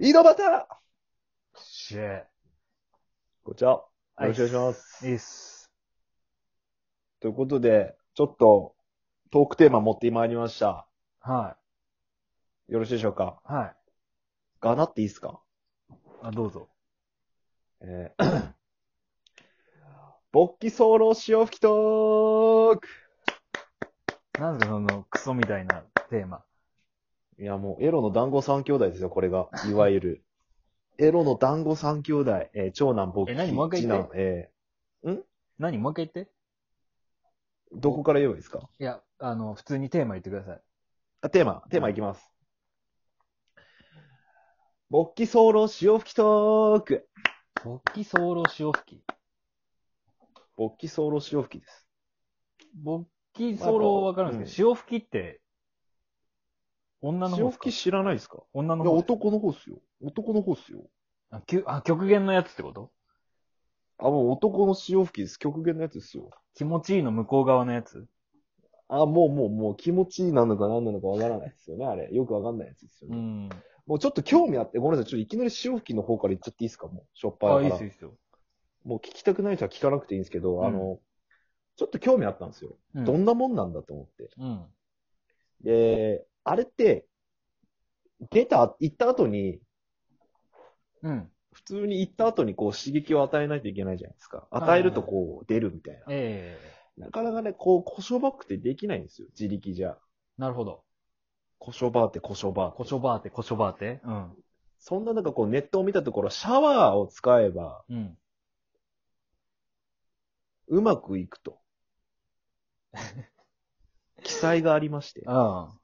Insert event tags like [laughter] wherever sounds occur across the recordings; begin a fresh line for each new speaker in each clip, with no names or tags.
井戸端
シェ
こんにちは。よ
はい
ろしくお願いします。
ー。いいっす。
ということで、ちょっと、トークテーマ持ってまいりました。
は
よろしいでしょうか
い。はい。
ガナっていいですか
あ、どうぞ。
えー、 [coughs] 勃起早漏潮吹きトーク
なんでそのクソみたいなテーマ。
いや、もう、エロの団子三兄弟ですよ、これが。いわゆる。 [laughs] エロの団子三兄弟。えー長男勃起。
え何もう一回言って
次男え
何もう一回言って。
ーどこから言えばいいですか
いや、あの、普通にテーマ言ってください。
あ、テーマ、テーマいきます。勃起早漏潮吹きトーク。
勃起早漏潮吹き。
勃起早漏潮吹きです。
勃起早漏わかるんですけど、潮吹きって、女の方
潮
っすか
吹き知らないですか
女
い
の
や、
方っすか
男の方っすよ。男の方っすよ。
あきゅあ、極限のやつってこと
あ、もう男の潮吹きです。極限のやつですよ。
気持ちいいの向こう側のやつ
あ、もうもうもう気持ちいいなのか何なのかわからないですよね、あれ。よくわかんないやつですよ
う
ね。
ん。
もうちょっと興味あって、ごめんなさい。ちょっといきなり潮吹きの方から言っちゃっていいですかもう、しょっぱいか
あ、
ら。
いいっすよ、いいっすよ。
もう聞きたくない人は聞かなくていいんですけど、あ
う
の、ちょっと興味あったんですよ。
う
ど
ん。
んなもんなんだと思って。
うん。
で、あれって、出た、行った後に、
うん。
普通に行った後にこう刺激を与えないといけないじゃないですか。与えるとこう出るみたいな。
ええ
なかなかね、こう、故障バックってできないんですよ。自力じゃ。
なるほど。
故障バーって故障バーって。
コショバーテ、コショバーテ。うん。
そんな中こうネットを見たところ、シャワーを使えば
うん。
うまくいく
[laughs]
と。記載がありまして。
ああ。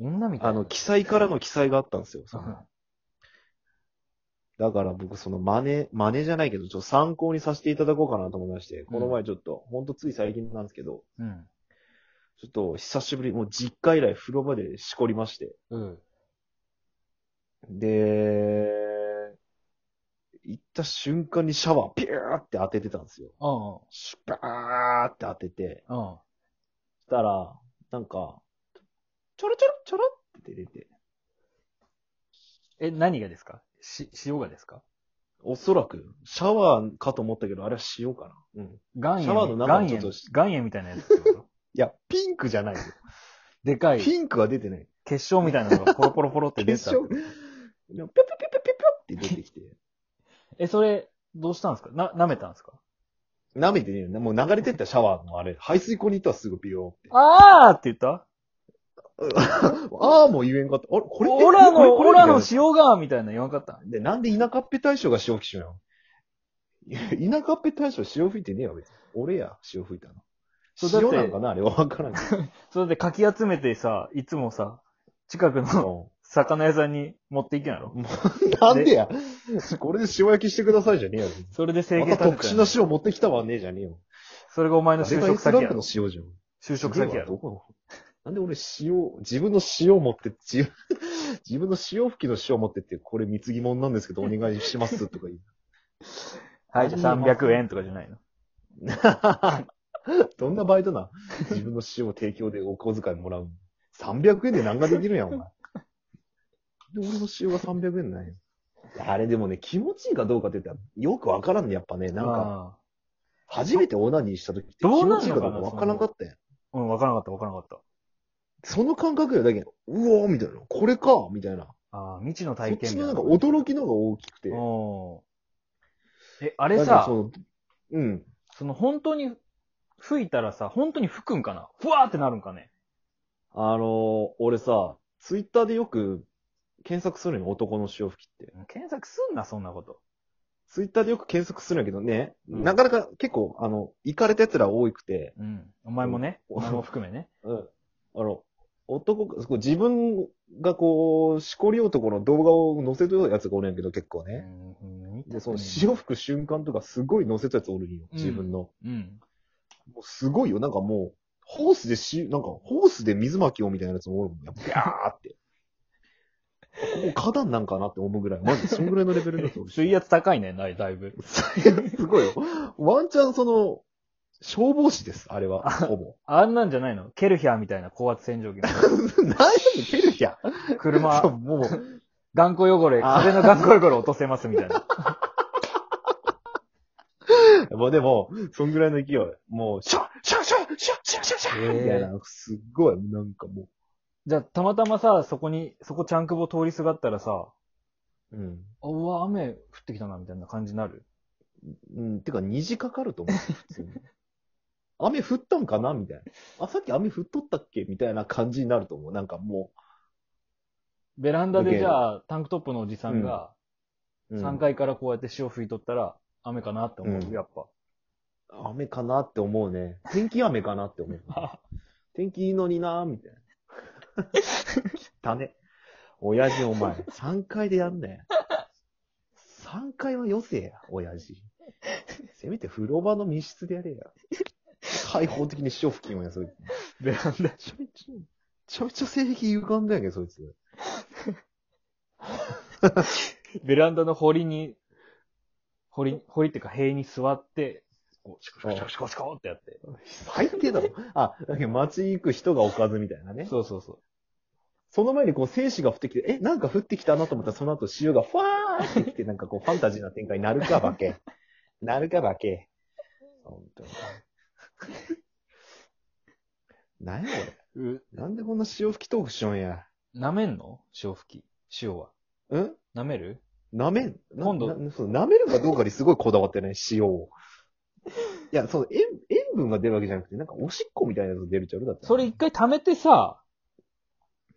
女みたいな。
あの、記載からの記載があったんですよ。その
うん
だから僕、その真似、真似じゃないけど、ちょっと参考にさせていただこうかなと思いまして、この前ちょっと、ほんとつい最近なんですけど、
うん。
ちょっと久しぶり、もう実家以来風呂場でしこりまして、
うん。
で、行った瞬間にシャワーピューって当ててたんですよ。
うん。
シュバーって当てて、
うん。
したら、なんか、ちょろちょろちょろって出て、
え、何がですかし、塩がですか
おそらく、シャワーかと思ったけど、あれは塩かな。うん。
岩塩。
シャワーの中に
岩塩
ちょっと
岩塩みたいなやつって
[laughs]
こと
いや、ピンクじゃないよ。
でかい、
ピンクは出てない。
結晶みたいなのがポロポロポロって出
結
た。
晶。ピョピョピョピョピョピョって出てきて。
え、それ、どうしたんですかな、舐めたんですか
舐めてねえよね。もう流れてったシャワーのあれ、排水溝に行ったらすぐビヨ
[laughs] あーって言った
ーン。ああ、もう言えんかった。あれ、これ
オラ
これ
の、
これ
オラの塩がみたいなの言わんかった
で、なんで田舎っぺ大将が潮吹きしようよ。いや田舎っぺ大将潮吹いてねえよ、別に。俺や、潮吹いたの。
そうだって
塩なんかなあれ、わからんけ
それでかき集めてさ、いつもさ、近くの [laughs]
ど。
魚屋さんに持っていくんやろ
なんでや。これで塩焼きしてくださいじゃねえよ。
それで
別
整
に
形
ま
立
た
てたんや
特殊な塩持ってきたわねえじゃねえよ。
それがお前
あ
の
れ
就
が S
職先
ラン
や
クの
ろ
塩じゃん。
就職先やろ
どこのなんで俺塩、自分の塩持って、自分、自分の塩吹きの塩持ってって、これ貢ぎ物なんですけど、お願いしますとか言
はい、じゃあ300円とかじゃないの。
う。 [laughs] どんなバイトな自分の塩提供でお小遣いもらうの。300円で何ができるんやん、お前。で、俺の塩が300円なんや。あれでもね、気持ちいいかどうかって言ったら、よくわからんね、やっぱね。なんか、
か、
初めてオナニーした時って気
どうな
持ち
んのかな
いいかどうかわからんかったやん。
うん、わからなかった、わからなかった。
その感覚よ、だけど、うおーみたいな、これかみたいな。
ああ、未知の
そ
体
っち
験
のなんか
みたいな
驚きの方が大きくて。
おーえ、あ
あ
れさ、そ
そのうん。
の本当に吹いたらさ、本当に吹くんかなふわーってなるんかね
あのー俺さ、ツイッターでよく検索するのよ、男の潮吹きって。
検索すんな、そんなこと。
ツイッターでよく検索するんやけどね、
うん
なかなか結構、あの、行かれた奴ら多くて、
うん。お前もね、
うん
お前も含めね。
うん。あの、男が、こう自分がこう、しこり男の動画を載せてるやつがおるんやけど、結構
う
ね。
んうん
で、その潮吹く瞬間とかすごい載せたやつおるんよ、
うん
自分の。
うん。
もうすごいよ。なんかもう、ホースでし、なんか、ホースで水まきをみたいなやつもおるもんね。ビャーって。ここ花壇なんかなって思うぐらい。マジ、そんぐらいのレベルだ
[laughs]
と
水圧高いね、だいだいぶ。
[laughs] すごいよ。ワンチャンその、消防士です、あれは。ほぼ。 [laughs]
あんなんじゃないのケルヒャーみたいな高圧洗浄機。
何やねん、ケルヒャ。
車、
もう、
頑固汚れ、
あ
壁の頑固汚れ落とせますみたいな。
まあでも、そんぐらいの勢い。もう、シャッシャッシャッシャッシャッシャッシャッみたいな、すっごい、なんかも
じゃあ、たまたまさ、そこに、そこちゃんくぼ通りすがったらさ、
う。うん。
あうわ、雨降ってきたな、みたいな感じになる。
うん、てか、虹かかると思う。普通に雨降ったんかなみたいな。あ、さっき雨降っとったっけみたいな感じになると思う。なんかも
ベランダ
抜
で
け
じゃあ、タンクトップのおじさんが、
う、うん
3階からこうやって潮吹いとったら、雨かなって思う、
うん
やっぱ。
雨かなって思うね。天気雨かなって思う。天気いいのになーみたいな。汚ね。親父お前、3階でやんねん。3階はよせや、親父。せめて風呂場の密室でやれや。開放的に潮吹きもや、そいつ。
ベランダ。
めちゃめちゃ、めちゃめちゃ性癖歪んだやんけ、そいつ。
ベランダの堀に、堀、堀っていうか塀に座って、こう、シコシコシコシコシコってやって。
最低だろ。あ、だけど街行く人がおかずみたいなね。
そうそうそう。
その前にこう精子が降ってきて、え、なんか降ってきたなと思ったらその後潮がファーってきて、なんかこうファンタジーな展開になるかばけ。なるかばけ。本当に。なんや俺。
う、
なんでこんな潮吹きトークしよんや。
舐めんの潮吹き。潮は。
ん
舐める
舐めんな
今度
なそう舐めるかどうかにすごいこだわってない、塩を。いや、そう、塩、塩分が出るわけじゃなくて、なんかおしっこみたいなやつ出るちゃうだって。
それ一回溜めてさ、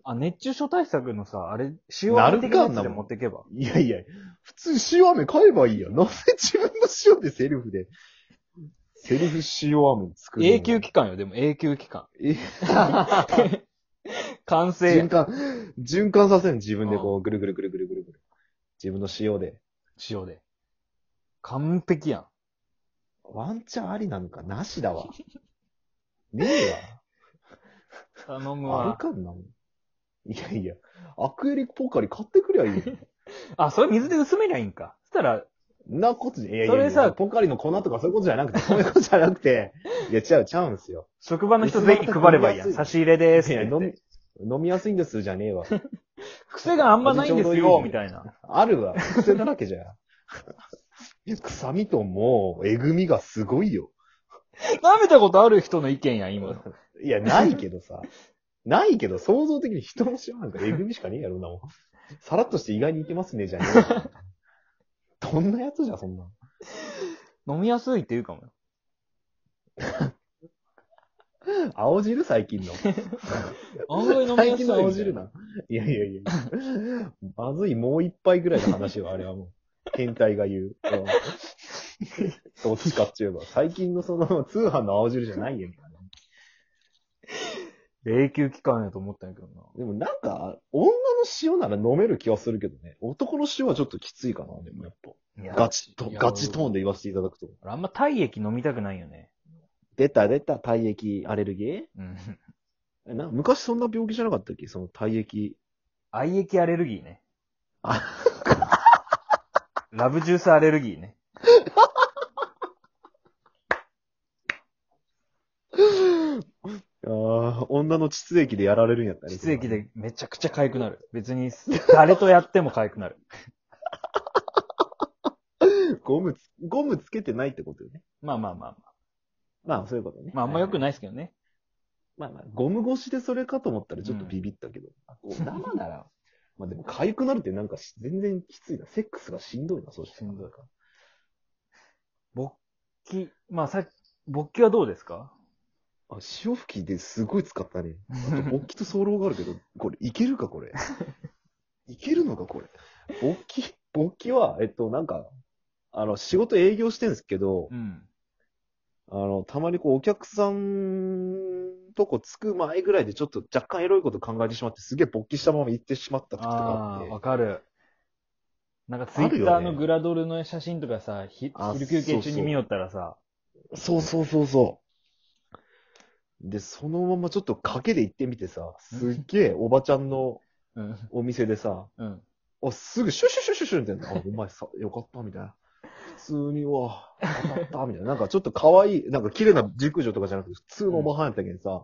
あ、熱中症対策のさ、あれ、塩
な
飴
る
的
か
なやつ
ん
で
なもん
持ってけば。
いやいや、普通塩飴買えばいいやん。なぜ自分の塩でセルフで、セルフ塩飴作るの [laughs]
永久期間よ、でも永久期間。
え
完
循
成。
環、循環させるの自分でこう、ぐるぐるぐるぐるぐるぐる。自分の塩で。
塩で。完璧やん。
ワンチャンありなんかなしだ
[laughs]
わ。ねえ
頼む
わ。あ
わ
る。かんなもん。いやいや、アクエリポカリ買ってくりゃいいよ。
あ、それ水で薄めりゃいいんか。そしたら、
なことじゃ、いやいやいや
それさ
ポカリの粉とかそういうことじゃなくて、そういうことじゃなく
[laughs]
て、いや、ちゃう、ちゃうんすよ。
職場の人全員配ればいいやん。
薄ま
差
った
し入れです
い
っ
や
て
飲
言っ
み
て。、
飲みやすいんです、じゃねえわ。
癖があんまないんです
味ちょうどいい
よ、
ね
みたいな。
あるわ。癖だらけじゃん。いや臭みともう、えぐみがすごいよ。
舐めたことある人の意見やん、今の。
いや、ないけどさ。ないけど、想像的に人の塩なんかえぐみしかねえやろなもん。さらっとして意外にいけますね、じゃねえよ。どんなやつじゃ、そんなの。
飲みやすいって言うかもよ。
青汁最近の。
案外飲み
最
やすい
近
みた
の
いな。
青汁な。いやいやいや。まずいもう一杯ぐらいの話よ、あれはもう。変態が言う。うんどっちかって言えば、最近のその通販の青汁じゃないよ、みたいな。
永久期間やと思ったんやけどな。
でもなんか、女の塩なら飲める気はするけどね。男の塩はちょっときついかな、でもやっぱ。ガチと、
いや
ガチトーンで言わせていただくと。
俺あんま体液飲みたくないよね。
出た出た、体液アレルギ
うん。 [laughs]
ーな昔そんな病気じゃなかったっけその体液。
愛液アレルギーね。
あ
ラブジュースアレルギーね。
ああ、女の膣液でやられるんやったら。
血液。でめちゃくちゃ痒くなる。別に、誰とやっても痒くなる。
ゴムつ、ゴムつけてないってことよね。
まあまあまあまあ。
まあそういうことね。
まああんま良く
ない。
ないですけどね。
まあまあ、ゴム越しでそれかと思ったらちょっとビビったけど。こう生なら、まあでも痒くなるってなんかし全然きついな。セックスがしんどいな、そうして。
しんどい勃起、まあさっき、勃起はどうですか
あ、潮吹きですごい使ったね。 [laughs] あと、勃起と早漏があるけど、これ、いけるか、 [laughs] これ。いけるのか、これ。勃起、勃起は、えっと、なんか、あの、仕事営業してんですけど
う、ん。
あの、たまにこう、お客さんとこ着く前ぐらいで、ちょっと若干エロいこと考えてしまって、すげえ勃起したまま行ってしまった時とかあっ
ああ
て
ー、。わかる。なんかツイ
ある
ッター
よね
のグラドルの写真とかさ、ひ
あ
昼休憩
そ
中
うそ
に
う
見よったらさ、
そうそうそうそう。で、そのままちょっと賭けで行ってみてさ、すっげえおばちゃんの
うん、
お店でさ、
うん。
あ、すぐシュシュシュシュシュみたいな。あ、お前さ、よかった、みたいな。普通に、うわ、当たった、みたいな。なんかちょっと可愛い、なんか綺麗な熟女とかじゃなくて、普通のおばはんやったけんさ、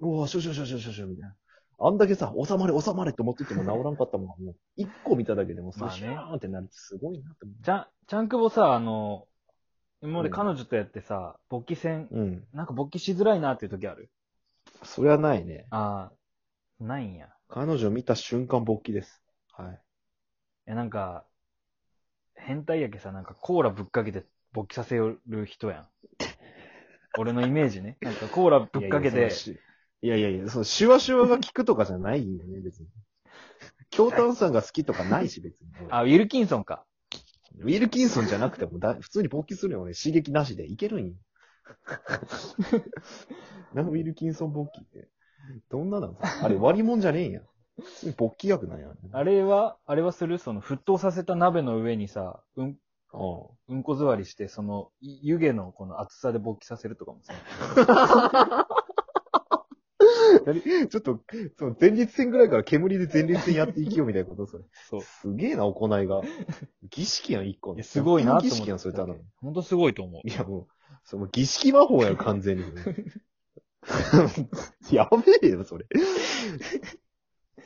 うわ、シュシュシュシュシュシュみたいな。あんだけさ、収まれ収まれって持ってっても治らんかったもん。もう、一個見ただけでも
まあ
さ、
ね
シューンってなるってすごいなって思
ちゃん、ちゃんくぼさ、あの、今まで
うん
彼女とやってさ、勃起戦、
う。うん。
なんか勃起しづらいなっていう時ある
それはないね。
ああ、ないんや。い
彼女見た瞬間勃起です。はい。
や、なんか、変態やけさ、なんかコーラぶっかけて勃起させる人 [laughs] やん。俺のイメージね。なんかコーラぶっかけて、
いやいやいや、そのシュワシュワが効くとかじゃないよね、別に。京丹さんが好きとかないし、別に。
あ、ウィルキンソンか。
ウィルキンソンじゃなくてもだ、 [laughs] 普通に勃起するよね。刺激なしでいけるん
[laughs]
よ。なんかウィルキンソン勃起って。どんななんあれ割りもんじゃねえんや。普通に勃起薬なんや、ね。
あれは、あれはするその沸騰させた鍋の上にさ、うん、
あ
うんこ座りして、その、い湯気のこの厚さで勃起させるとかもさ。
あちょっと、その前立腺ぐらいから煙で前立腺やっていきようみたいなこと、それ。
そう。
すげえな、行いが。儀式やん、一個の
いやすごいなと思って
儀式やん、それ多分。
ほんとすごいと思う。
いや、もう、その儀式魔法やん、完
[laughs]
全に。 [laughs] やべえよ、それ。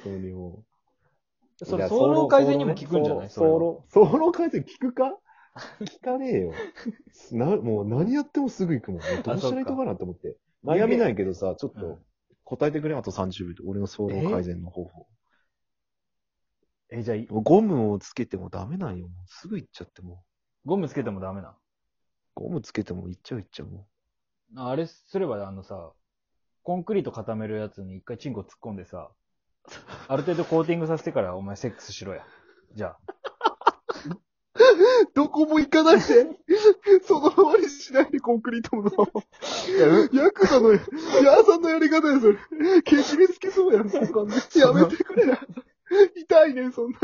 それもう。
それ、早漏改善にも効くんじゃない
早漏、早漏改善効くか効かねえよ。
[laughs]
な、もう何やってもすぐ行くもん。どうしたらいいとかなって思って。悩みないけどさ、ちょっ
う
と
ん、
答えてくれ、あと30秒で。俺の早漏改善の方法。
え、じゃあ、
もうゴムをつけてもダメなんよ。もうすぐ行っちゃっても
ゴムつけてもダメな
う。ゴムつけても行っちゃう行っちゃうも
の。あれすれば、あのさ、コンクリート固めるやつに一回チンコ突っ込んでさ、ある程度コーティングさせてから、お前セックスしろや。じゃ
う。 [laughs] どこも行かないでそのままにしないでコンクリートの。
あ。いや、
ヤクザの、ヤーさんのやり方や、それ。けじめつけそうやん、やめてくれ。痛いね、そんな。